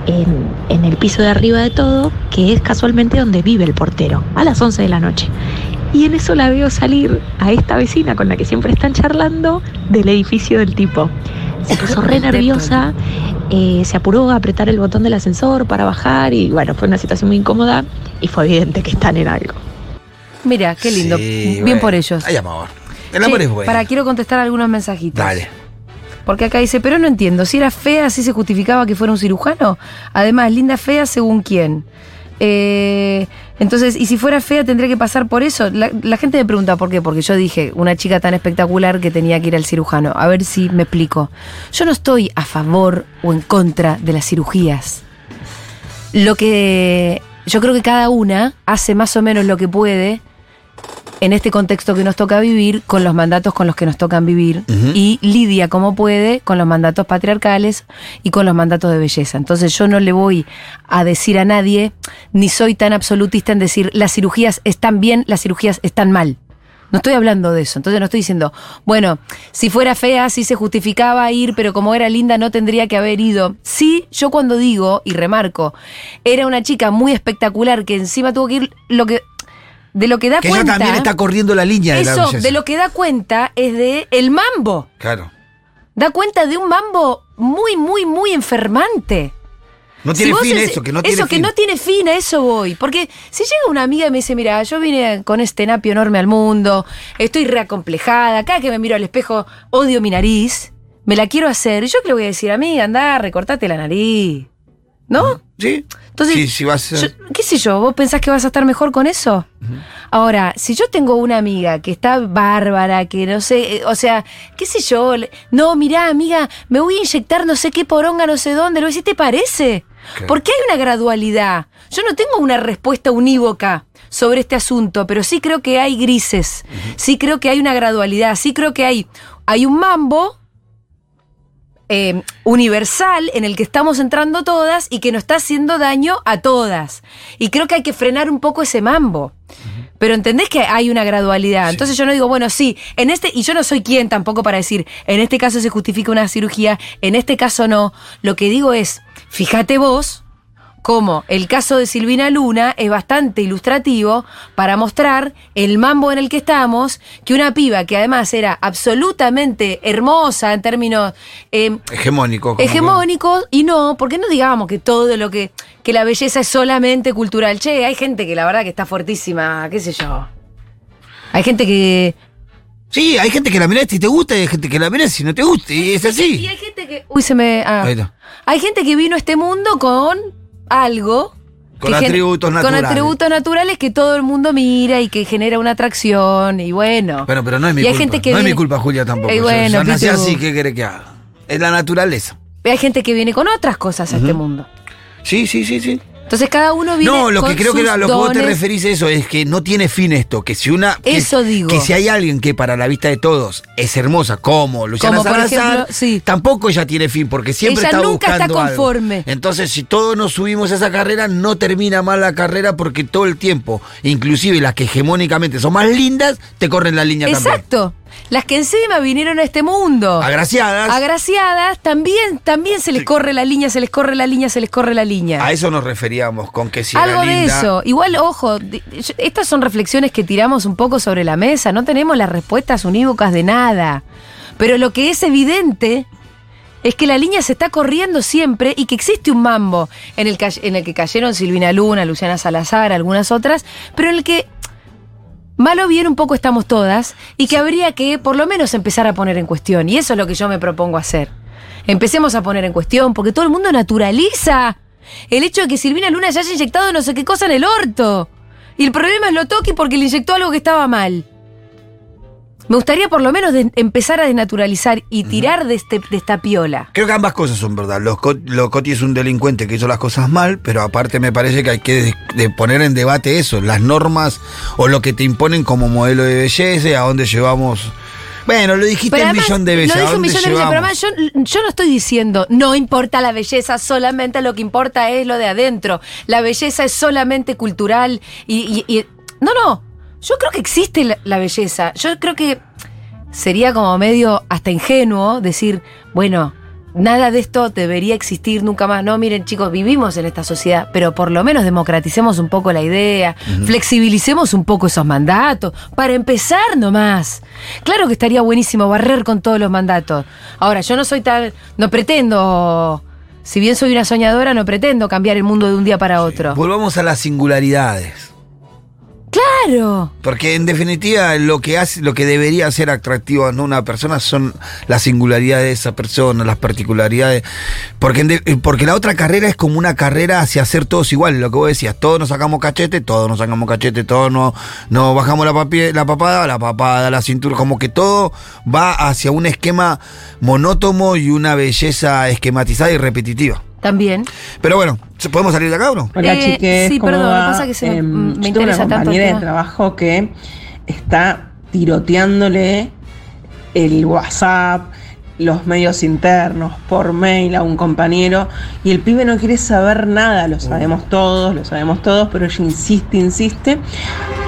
H: en, en el piso de arriba de todo, que es casualmente donde vive el portero, a las 11 de la noche. Y en eso la veo salir a esta vecina con la que siempre están charlando del edificio del tipo. Se puso re nerviosa, eh, se apuró a apretar el botón del ascensor para bajar y bueno, fue una situación muy incómoda y fue evidente que están en algo.
A: Mira, qué lindo.
B: Sí,
A: Bien
B: bueno.
A: por ellos.
B: Ay, amor. El amor
A: Che,
B: es bueno.
A: Para, quiero contestar algunos mensajitos.
B: Dale.
A: Porque acá dice, pero no entiendo, si era fea, así se justificaba que fuera un cirujano. Además, linda fea según quién. Eh, entonces, y si fuera fea, tendría que pasar por eso. La, la gente me pregunta por qué, porque yo dije, una chica tan espectacular que tenía que ir al cirujano. A ver si me explico. Yo no estoy a favor o en contra de las cirugías. Lo que yo creo que cada una hace más o menos lo que puede en este contexto que nos toca vivir, con los mandatos con los que nos tocan vivir, y lidia como puede con los mandatos patriarcales y con los mandatos de belleza. Entonces yo no le voy a decir a nadie, ni soy tan absolutista en decir las cirugías están bien, las cirugías están mal. No estoy hablando de eso, entonces no estoy diciendo, bueno, si fuera fea, sí se justificaba ir, pero como era linda no tendría que haber ido. Sí, yo cuando digo, y remarco, era una chica muy espectacular que encima tuvo que ir lo que... De lo que da
B: Que ella
A: cuenta. ¿eh?
B: también está corriendo la línea de la
A: Eso,
B: belleza.
A: de lo que da cuenta es de el mambo.
B: Claro.
A: Da cuenta de un mambo muy, muy, muy enfermante.
B: No
A: Si
B: tiene
A: vos
B: fin
A: es-
B: eso, que no tiene
A: Eso que
B: fin.
A: no tiene fin, a eso voy. Porque si llega una amiga y me dice, mira, yo vine con este napio enorme al mundo, estoy reacomplejada, cada que me miro al espejo odio mi nariz, me la quiero hacer. Yo que le voy a decir, amiga, andá, recortate la nariz. ¿No?
B: Sí.
A: Entonces,
B: sí, sí, vas a
A: yo- ¿Qué sé yo? ¿Vos pensás que vas a estar mejor con eso? Ahora, si yo tengo una amiga que está bárbara, que no sé, eh, o sea, qué sé yo, le- no, mirá, amiga, me voy a inyectar no sé qué poronga, no sé dónde, lo si te parece.
B: Claro.
A: Porque hay una gradualidad. Yo no tengo una respuesta unívoca sobre este asunto, pero sí creo que hay grises, sí creo que hay una gradualidad, sí creo que hay, hay un mambo eh, universal en el que estamos entrando todas y que nos está haciendo daño a todas. Y creo que hay que frenar un poco ese mambo. Pero entendés que hay una gradualidad. Entonces yo no digo, bueno, sí, en este, y yo no soy quien tampoco para decir, en este caso se justifica una cirugía, en este caso no. Lo que digo es, fíjate vos cómo el caso de Silvina Luna es bastante ilustrativo para mostrar el mambo en el que estamos, que una piba que además era absolutamente hermosa en términos eh,
B: Hegemónico. como
A: hegemónicos, y no, porque no digamos que todo lo que, que la belleza es solamente cultural. Che, hay gente que la verdad que está fuertísima, qué sé yo. Hay gente que...
B: que- Sí, hay gente que la mirás si te gusta y hay gente que la mirás si no te gusta. Y es
A: Y
B: así.
A: hay gente que... Uy, se me... ah.
B: Ahí está.
A: Hay gente que vino a este mundo con algo.
B: Con
A: que gen-
B: atributos naturales.
A: Con atributos naturales que todo el mundo mira y que genera una atracción. Y bueno.
B: Bueno, pero no es mi
A: Y hay
B: culpa.
A: gente que
B: no es mi
A: viene-
B: culpa, Julia, tampoco.
A: Eh,
B: Yo-
A: bueno,
B: yo
A: ¿qué
B: nací
A: te-
B: así, ¿qué querés que haga? Es la naturaleza.
A: Hay gente que viene con otras cosas a este mundo.
B: Sí, sí, sí, sí.
A: Entonces cada uno viene
B: No, lo que
A: con
B: creo que
A: sus
B: era lo que vos te
A: dones.
B: referís eso es que no tiene fin esto, que si una que-
A: Eso digo.
B: que si hay alguien que para la vista de todos es hermosa como Luciana
A: Como, por
B: Salazar,
A: ejemplo, sí.
B: tampoco ella tiene fin porque siempre
A: Ella
B: está
A: nunca está
B: buscando algo.
A: conforme.
B: Entonces, si todos nos subimos a esa carrera, no termina mal la carrera porque todo el tiempo, inclusive las que hegemónicamente son más lindas, te corren la línea también.
A: Exacto. Las que encima vinieron a este mundo.
B: Agraciadas.
A: Agraciadas, también, también se les corre la línea, se les corre la línea, se les corre la línea.
B: a eso nos referíamos con que si era
A: Algo de
B: linda-
A: eso. Igual, ojo, di- yo- estas son reflexiones que tiramos un poco sobre la mesa. No tenemos las respuestas unívocas de nada. Pero lo que es evidente es que la línea se está corriendo siempre y que existe un mambo en el, ca- en el que cayeron Silvina Luna, Luciana Salazar, algunas otras, pero en el que. Malo bien un poco estamos todas y que habría que por lo menos empezar a poner en cuestión. Y eso es lo que yo me propongo hacer. Empecemos a poner en cuestión, porque todo el mundo naturaliza el hecho de que Silvina Luna ya haya inyectado no sé qué cosa en el orto. Y el problema es lo toque porque le inyectó algo que estaba mal. Me gustaría por lo menos de- empezar a desnaturalizar y tirar de, este- de esta piola.
B: Creo que ambas cosas son verdad. Los co- lo Coti es un delincuente que hizo las cosas mal, pero aparte me parece que hay que des- de poner en debate eso, las normas o lo que te imponen como modelo de belleza, y a dónde llevamos. Bueno, lo dijiste un
A: además,
B: millón de
A: lo
B: veces. ¿a
A: dije un
B: dónde
A: millón de veces, pero
B: llevamos?
A: además yo, yo no estoy diciendo no importa la belleza, solamente lo que importa es lo de adentro. La belleza es solamente cultural y... y- y- no, no, yo creo que existe la, la belleza. Yo creo que sería como medio hasta ingenuo decir, bueno, nada de esto debería existir nunca más. No, miren chicos, vivimos en esta sociedad, pero por lo menos democraticemos un poco la idea, flexibilicemos un poco esos mandatos, para empezar nomás. Claro que estaría buenísimo barrer con todos los mandatos. Ahora, yo no soy tan, no pretendo, si bien soy una soñadora, no pretendo cambiar el mundo de un día para otro.
B: Volvamos a las singularidades.
A: Claro.
B: Porque en definitiva lo que hace, lo que debería ser atractivo a una persona son las singularidades de esa persona, las particularidades. Porque, en de- eh, porque la otra carrera es como una carrera hacia ser todos iguales, lo que vos decías, todos nos sacamos cachete, todos nos sacamos cachete, todos nos, nos bajamos la, papi- la papada, la papada, la cintura, como que todo va hacia un esquema monótono y una belleza esquematizada y repetitiva.
A: También.
B: Pero bueno, ¿podemos salir de acá o no?
I: Hola,
A: Eh,
I: chiques.
A: sí,
I: ¿cómo
A: perdón,
I: va?
A: lo que pasa es que se me-
I: Em,
A: me
I: yo tengo
A: interesa tanto
I: una
A: el
I: compañera
A: tema.
I: de trabajo que está tiroteándole el WhatsApp, los medios internos, por mail a un compañero, y el pibe no quiere saber nada, lo sabemos todos, lo sabemos todos, pero ella insiste, insiste,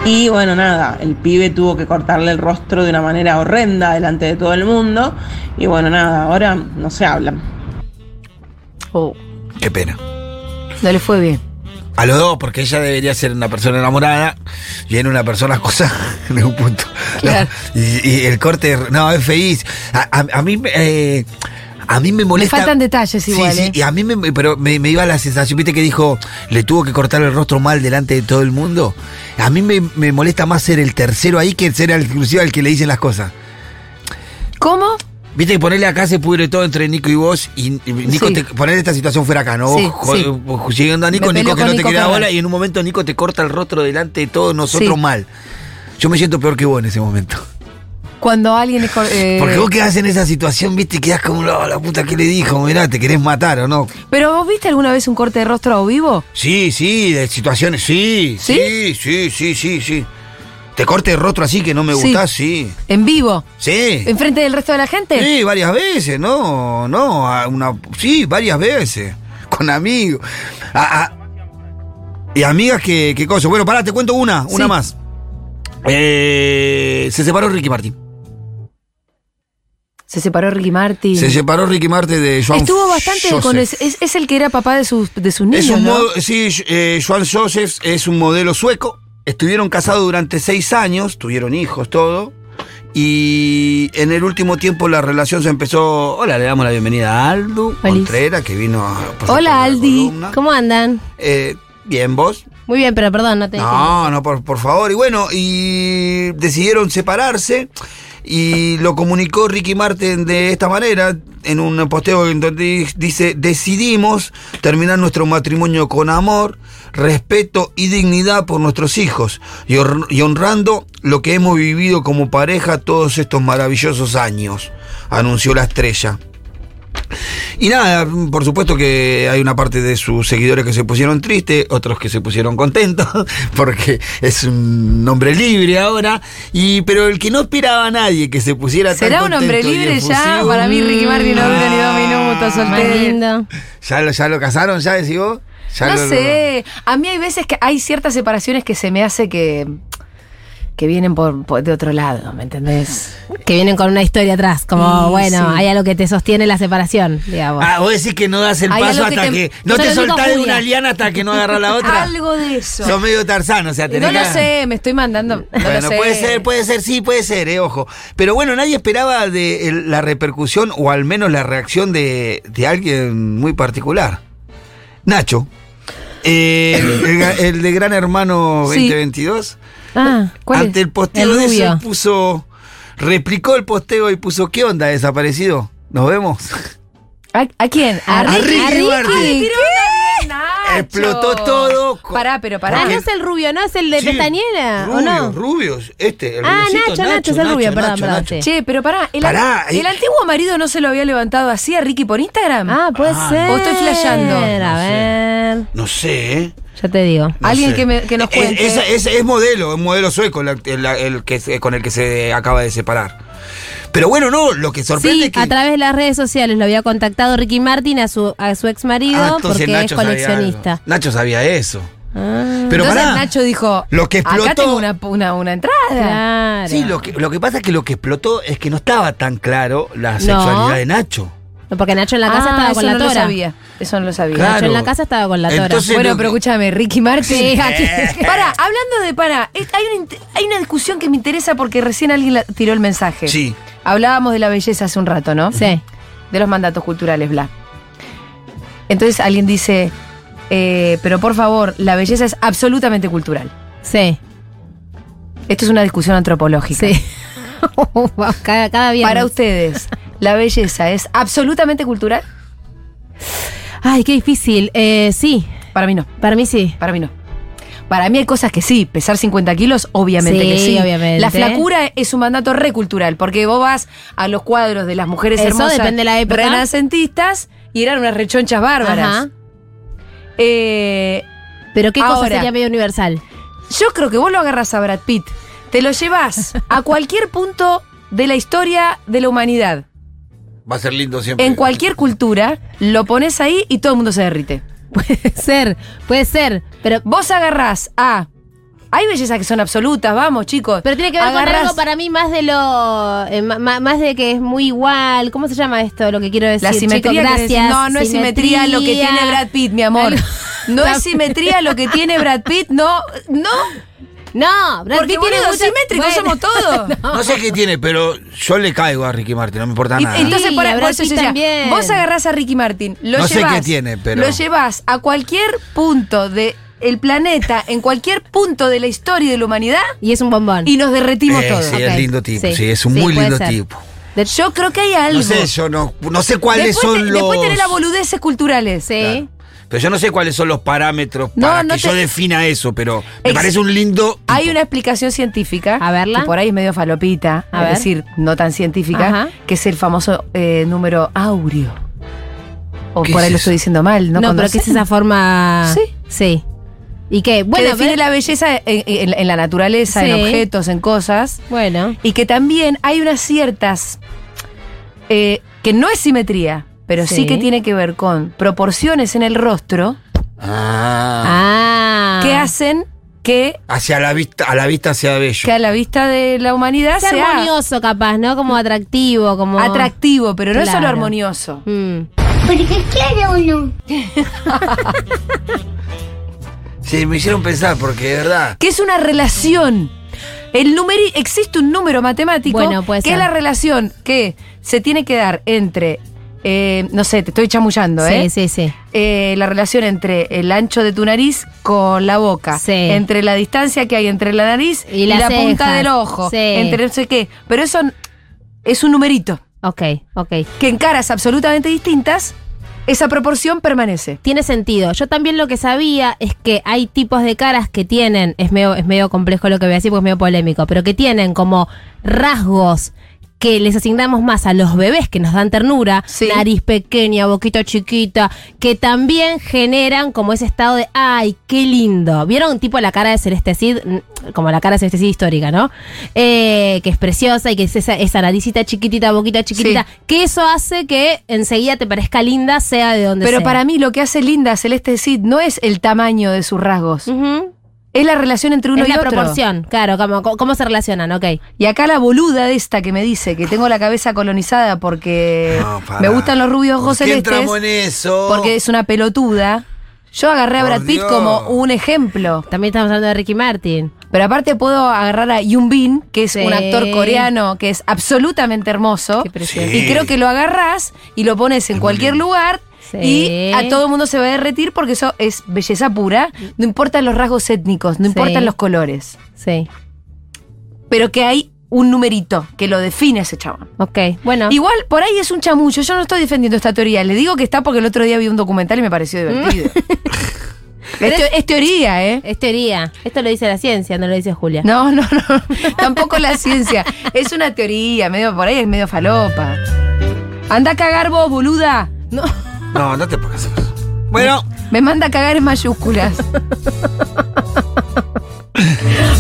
I: y bueno, nada, el pibe tuvo que cortarle el rostro de una manera horrenda delante de todo el mundo, y bueno, nada, ahora no se hablan.
A: Oh,
B: Qué pena.
A: no le fue bien.
B: A los dos, porque ella debería ser una persona enamorada y era una persona cosa en un punto. ¿no?
A: Claro.
B: Y, y el corte, no, es feliz. A, a- a mí me. eh, a mí me
A: Le
B: molesta.
A: faltan detalles
B: Sí,
A: igual.
B: sí,
A: ¿eh?
B: y a mí me, pero me, me iba la sensación, viste que dijo, le tuvo que cortar el rostro mal delante de todo el mundo. A mí me, me molesta más ser el tercero ahí que ser el, inclusive al que le dicen las cosas.
A: ¿Cómo?
B: Viste que ponerle acá se pudre todo entre Nico y vos y y Nico
A: Sí.
B: te, poner esta situación fuera acá, ¿no?
A: Sí,
B: Vos
A: sí.
B: jo- vos siguiendo a Nico,
A: Me peleo
B: Nico que
A: con
B: no te
A: Nico
B: queda
A: Carrera.
B: bola y en un momento Nico te corta el rostro delante de todos nosotros
A: Sí.
B: mal. Yo me siento peor que vos en ese momento.
A: Cuando alguien es. cor- eh,
B: Porque vos quedás en esa situación, viste, y quedás como, "Oh, la puta que le dijo, mirá, te querés matar o no.
A: Pero vos viste alguna vez un corte de rostro o vivo?
B: Sí, sí, de situaciones, sí.
A: ¿Sí?
B: Sí, sí, sí, sí, sí. Te corte el rostro así que no me
A: Sí. Eh,
B: gustás, sí.
A: ¿En vivo?
B: Sí.
A: ¿Enfrente del resto de la gente?
B: Sí, varias veces, no, no, a una, sí, varias veces, con amigos. A- a- y amigas que, que cosa. Bueno, pará, te cuento una, una
A: Sí.
B: más. Eh, se separó Ricky Martin.
A: Se separó Ricky Martin.
B: Se separó Ricky Martin de Joan
A: Estuvo bastante
B: Joseph.
A: con. Es, es- es el que era papá de sus, de sus niños.
B: Es un
A: ¿no?
B: modo- sí, eh, Joan Joseph es un modelo sueco. Estuvieron casados durante seis años, tuvieron hijos, todo. Y en el último tiempo la relación se empezó. Hola, le damos la bienvenida a Aldo
J: Feliz.
B: Contreras, que vino a. por supuesto, a
J: Hola
B: la
J: Aldi,
B: columna.
J: ¿cómo andan?
B: Eh, bien, vos.
J: Muy bien, pero perdón, no te dije.
B: No, no, por, por favor. Y bueno, y decidieron separarse. Y lo comunicó Ricky Martin de esta manera, en un posteo en donde dice, decidimos terminar nuestro matrimonio con amor, respeto y dignidad por nuestros hijos, y, hor- y honrando lo que hemos vivido como pareja todos estos maravillosos años, anunció la estrella. Y nada, por supuesto que hay una parte de sus seguidores que se pusieron tristes, otros que se pusieron contentos, porque es un hombre libre ahora, y pero el que no esperaba a nadie que se pusiera tan
A: ¿Será un hombre
B: contento y
A: libre ya?
B: efusivo-
A: Para mí, Ricky Martin no dura ni dos minutos,
J: Mm, Ah, Más
A: soltero.
J: lindo.
B: ¿Ya lo, ya lo casaron, ya decís vos? Ya
A: No
B: lo-
A: sé. A mí hay veces que hay ciertas separaciones que se me hace que. que vienen por, por- de otro lado, ¿me entendés?
J: Que vienen con una historia atrás, como
A: Sí,
J: bueno,
A: sí.
J: hay algo que te sostiene la separación, digamos.
B: Ah, vos decís que no das el
J: Hay
B: paso
J: algo que
B: hasta que,
J: te- em-
B: no
J: Yo
B: te
J: lo digo
B: soltás de
J: Julia.
B: una liana hasta que no agarras la otra.
A: Algo de eso.
B: Sos medio tarzano, o sea, tenés
A: No lo
B: que-
A: sé, me estoy mandando. no lo
B: Bueno,
A: sé.
B: puede ser, puede ser, sí, puede ser, eh, ojo. Pero bueno, nadie esperaba de el- la repercusión o al menos la reacción de, de alguien muy particular. Nacho, eh, el, ga- el de Gran Hermano
A: Sí.
B: 2022,
J: Ah,
A: ¿Cuál es?
B: ante el posteo
J: El
B: de eso
J: rubio.
B: puso, replicó el posteo y puso, ¿qué onda desaparecido? ¿Nos vemos?
A: ¿A, a quién?
B: A Ricky Martin.
A: ¿Qué?
B: Explotó todo. co-
A: Pará, pero pará.
J: Ah, no es el rubio, no es el de
B: Sí,
J: Pestañera,
B: Rubio,
J: ¿o no?
B: rubios, este, el
J: Ah,
B: rubiocito,
J: Nacho, Nacho, es el rubio, perdón,
B: Nacho,
J: perdón,
B: Nacho.
J: sí.
A: Che, pero pará, el,
B: Pará,
A: el
B: eh.
A: antiguo marido no se lo había levantado así a Ricky por Instagram.
J: Ah, puede
B: Ah,
J: ser.
A: o estoy flasheando.
J: A
B: No sé.
J: ver.
B: No sé, ¿eh?
J: Ya te digo.
B: No
A: Alguien
B: sé.
A: que, me- que nos
B: Es-
A: cuente.
B: esa- eh, Es, es modelo, es modelo sueco la- el, el que, se- con el que se acaba de separar. Pero bueno, no, lo que sorprende
J: Sí,
B: es que.
J: a través de las redes sociales lo había contactado Ricky Martin a su, a su ex
B: Ah,
J: marido
B: entonces
J: porque es
B: sabía algo.
J: coleccionista.
B: Nacho sabía eso.
J: Ah,
B: Pero
A: Entonces
B: pará,
A: Nacho dijo,
B: lo que
A: acá
B: explotó-
A: tengo una, una, una entrada.
J: claro.
B: Sí, lo que, lo que pasa es que lo que explotó es que no estaba tan claro la
J: No.
B: sexualidad de Nacho.
J: No, Porque Nacho en la casa
A: Ah,
J: estaba
A: eso
J: con la
A: no
J: tora.
A: lo sabía. Eso no lo sabía.
B: Claro.
J: Nacho en la casa estaba con la tora.
B: Entonces,
A: Bueno,
B: lo
A: pero
B: que-
A: escúchame, Ricky Martin.
J: Sí, aquí.
A: Pará, hablando de para, es- hay una, int- hay una discusión que me interesa porque recién alguien la- tiró el mensaje.
B: Sí.
A: Hablábamos de la belleza hace un rato, ¿no?
J: Sí.
A: De los mandatos culturales, bla. Entonces alguien dice, eh, pero por favor, la belleza es absolutamente cultural.
J: Sí,
A: Esto es una discusión antropológica.
J: sí. Wow, cada, cada viernes.
A: Para ustedes, ¿la belleza es absolutamente cultural?
J: Ay, qué difícil. Eh, sí,
A: Para mí no,
J: para mí sí.
A: para mí no. Para mí hay cosas que sí, pesar 50 kilos, obviamente
J: Sí,
A: que sí.
J: obviamente.
A: La flacura es un mandato recultural, porque vos vas a los cuadros de las mujeres
J: Eso
A: hermosas
J: depende de la época.
A: renacentistas y eran unas rechonchas bárbaras.
J: Ajá.
A: Eh,
J: Pero qué cosa
A: Ahora.
J: sería medio universal.
A: Yo creo que vos lo agarras a Brad Pitt, te lo llevas a cualquier punto de la historia de la humanidad,
B: Va a ser lindo siempre.
A: en cualquier cultura, lo pones ahí y todo el mundo se derrite.
J: Puede ser, puede ser. Pero,
A: Vos agarrás a. Hay bellezas que son absolutas, vamos, chicos.
J: pero tiene que ver con
A: Agarrás
J: algo para mí más de lo. eh, ma- ma- más de que es muy igual. ¿Cómo se llama esto? Lo que quiero decir.
A: La simetría.
J: chicos?
A: que
J: gracias.
A: decís, no, no es simetría lo que tiene Brad Pitt, mi amor.
J: Algo-
A: No es simetría lo que tiene Brad Pitt, no, no.
J: No, Brad
A: Porque
J: Pitt tiene
A: boludo,
J: mucha-
A: simétricos
J: Bueno.
A: somos todos.
B: No sé qué tiene, pero yo le caigo a Ricky Martin, no me importa
A: Y-
B: nada.
A: Entonces,
J: Sí,
A: por,
J: a
A: por
J: Brad
A: eso
J: Pitt
A: yo decía,
J: también.
A: vos agarrás a Ricky Martin, lo
B: No sé
A: llevás,
B: qué tiene, pero-
A: lo llevás a cualquier punto del planeta, en cualquier punto de la historia y de la humanidad,
J: Y es un bombón.
A: y nos derretimos
B: Eh,
A: todos.
B: Sí, es
J: Ok,
B: lindo tipo,
J: sí.
B: sí, es un
J: Sí,
B: muy
J: puede
B: lindo
J: ser.
B: tipo.
A: De- Yo creo que hay algo.
B: No sé, yo no, no sé cuáles
A: después,
B: son
A: te-
B: los. Ah,
A: después tenés las boludeces culturales.
J: Sí.
B: Pero yo no sé cuáles son los parámetros
A: No,
B: para
A: no
B: que
A: te-
B: yo defina eso, pero me
A: Ex-
B: parece un lindo. tipo.
A: Hay una explicación científica.
J: A verla.
A: Que por ahí es medio falopita,
J: A
A: es
J: ver.
A: decir, no tan científica,
J: Ajá.
A: que es el famoso eh, número áureo. O
B: ¿Qué
A: por ahí
B: es
A: lo
B: eso?
A: estoy diciendo mal, ¿no?
J: No, pero ¿qué es
A: conocen?
J: esa forma?
A: Sí.
J: Sí. ¿Y qué?
A: que
J: Bueno,
A: define
J: pero-
A: la belleza en, en- en la naturaleza, en
J: Sí.
A: objetos, en cosas.
J: Bueno.
A: Y que también hay unas ciertas. eh, que no es simetría, pero sí.
J: Sí.
A: que tiene que ver con proporciones en el rostro
B: Ah,
J: Ah.
A: que hacen que,
B: hacia la vista, a la vista sea bello.
A: que a la vista de la humanidad
J: Es
A: sea
J: armonioso, capaz, ¿no?
A: Mm.
J: Como atractivo, como.
A: atractivo, pero no es solo
J: Claro.
A: armonioso.
J: Mm.
C: Porque quiero uno.
B: Sí, me hicieron pensar, porque de verdad.
A: Que es una relación. El número existe un número matemático
J: Bueno, puede
A: que
J: ser.
A: es la relación que se tiene que dar entre. eh, no sé, te estoy chamullando, ¿eh?
J: Sí, sí, sí.
A: eh, la relación entre el ancho de tu nariz con la boca,
J: Sí.
A: entre la distancia que hay entre la nariz y,
J: Y las
A: la punta
J: cejas,
A: del ojo,
J: sí.
A: entre no sé qué. Pero eso n- es un numerito
J: Ok, ok.
A: que en caras absolutamente distintas esa proporción permanece.
J: Tiene sentido. Yo también lo que sabía es que hay tipos de caras que tienen, es medio, es medio complejo lo que voy a decir porque es medio polémico, pero que tienen como rasgos que les asignamos más a los bebés que nos dan ternura,
A: Sí.
J: nariz pequeña, boquita chiquita, que también generan como ese estado de, ay, qué lindo. ¿Vieron tipo la cara de Celeste Cid? Mm, Como la cara de Celeste Cid histórica, ¿no? Eh, que es preciosa y que es esa, esa naricita chiquitita, boquita chiquitita, que eso hace que enseguida te parezca linda, sea de donde
A: Pero
J: sea.
A: para mí lo que hace linda Celeste Cid no es el tamaño de sus rasgos,
J: Ujú.
A: es la relación entre uno
J: Mm. es
A: y
J: la
A: otro.
J: proporción, claro, como, co- cómo se relacionan, ok.
A: Y acá la boluda de esta que me dice que tengo la cabeza colonizada porque
B: No, pará.
A: me gustan los rubios
B: ¿Por
A: ojos
B: qué
A: celestes.
B: entramos en eso?
A: Porque es una pelotuda. Yo agarré a
B: Por
A: Brad Pitt
B: Dios.
A: como un ejemplo.
J: También estamos hablando de Ricky Martin.
A: Pero aparte puedo agarrar a Yoon Bin, que es
J: Sí.
A: un actor coreano que es absolutamente hermoso.
J: Qué precioso.
B: Sí.
A: Y creo que lo agarras y lo pones en cualquier lugar.
J: Sí.
A: Y a todo el mundo se va a derretir porque eso es belleza pura. No importan los rasgos étnicos, no
J: Sí.
A: importan los colores.
J: Sí.
A: Pero que hay un numerito que lo define ese chabón.
J: Ok, bueno.
A: Igual, por ahí es un chamullo. Yo no estoy defendiendo esta teoría. Le digo que está porque el otro día vi un documental y me pareció
J: Mm.
A: divertido. es, teo- es teoría, ¿eh?
J: Es teoría. Esto lo dice la ciencia, no lo dice Julia.
A: No, no, no. Tampoco la ciencia. Es una teoría. medio Por ahí es medio falopa. Anda a cagar vos, boluda. No.
B: No, no te pongas celoso. Bueno,
A: Me manda a cagar en mayúsculas.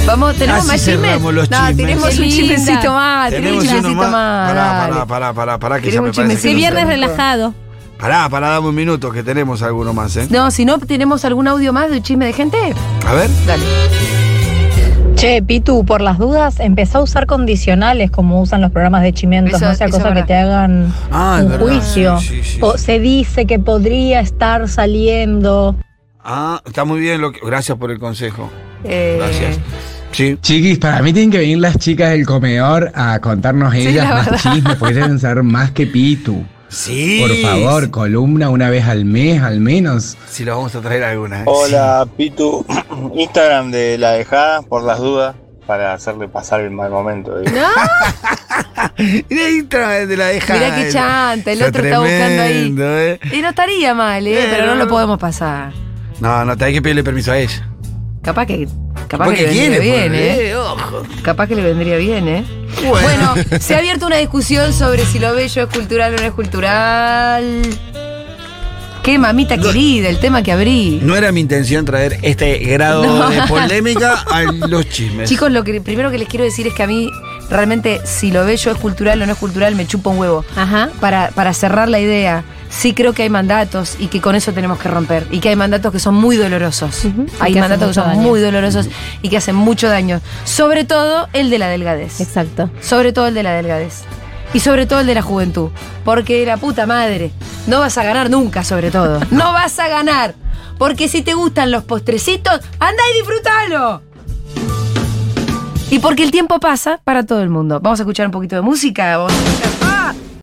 A: Vamos, tenemos
B: Así
A: más chismes.
B: cerramos los
A: no,
B: chismes.
A: tenemos
J: Qué
A: un
J: linda.
A: chismecito más, tenemos un Ah, chismecito más.
B: Pará,
A: dale.
B: pará, pará, pará, pará, que ya
A: Queremos
B: me
A: un
B: parece que
A: chismecito.
J: Sí,
B: no
J: viernes
B: sabemos.
J: relajado.
B: Pará, pará, dame un minuto que tenemos alguno más, ¿eh?
A: No, si no tenemos algún audio más de un chisme de gente,
B: A ver.
A: dale.
K: Che, Pitu, por las dudas, empezá a usar condicionales como usan los programas de chimentos,
A: Eso-
K: no sea
A: eso
K: cosa que
A: es verdad.
K: te hagan
B: Ah, es
K: un
B: verdad,
K: juicio.
B: sí, sí, sí.
K: O se dice que podría estar saliendo.
B: Ah, está muy bien lo que. Gracias por el consejo.
A: Eh,
B: Gracias. Sí.
L: Chiquis, para mí tienen que venir las chicas del comedor a contarnos ellas
A: la
L: más
A: verdad.
L: chismes, porque deben saber más que Pitu.
B: Sí.
L: Por favor, columna una vez al mes, al menos.
B: Si lo vamos a traer alguna. ¿eh?
M: Hola, Pitu. Instagram de la dejada, por las dudas, para hacerle pasar el mal momento. digo.
B: Sí. Mirá el intro de la deja.
A: Mirá qué chanta, el otro está buscando ahí.
B: ahí.
A: Y no estaría mal, ¿eh?
B: Eh,
A: pero no
B: no,
A: lo
B: no.
A: podemos pasar.
B: No, no, tenés que pedirle permiso a ella.
A: Capaz que, capaz
B: Porque
A: que le vendría bien,
B: ponele,
A: ¿eh?
B: eh, Ojo.
A: Capaz que le vendría bien, ¿eh? Bueno, se ha abierto una discusión sobre si lo bello es cultural o no es cultural. Qué mamita querida, el tema que abrí.
B: No era mi intención traer este grado
A: No.
B: de polémica a los chismes.
A: Chicos, lo que, primero que les quiero decir es que a mí realmente si lo bello es cultural o no es cultural me chupa un huevo.
J: Ajá.
A: Ah, Para, para cerrar la idea, sí creo que hay mandatos y que con eso tenemos que romper. Y que hay mandatos que son muy dolorosos.
J: Ujú.
A: Hay
J: Y que hacen
A: mandatos que
J: mucho
A: son
J: daño.
A: muy dolorosos y que hacen mucho daño. Sobre todo el de la delgadez.
J: Exacto.
A: Sobre todo el de la delgadez. Y sobre todo el de la juventud. Porque la puta madre, no vas a ganar nunca, sobre todo. No vas a ganar. Porque si te gustan los postrecitos, anda y disfrútalo. Y porque el tiempo pasa para todo el mundo. Vamos a escuchar un poquito de música. Vamos a escuchar-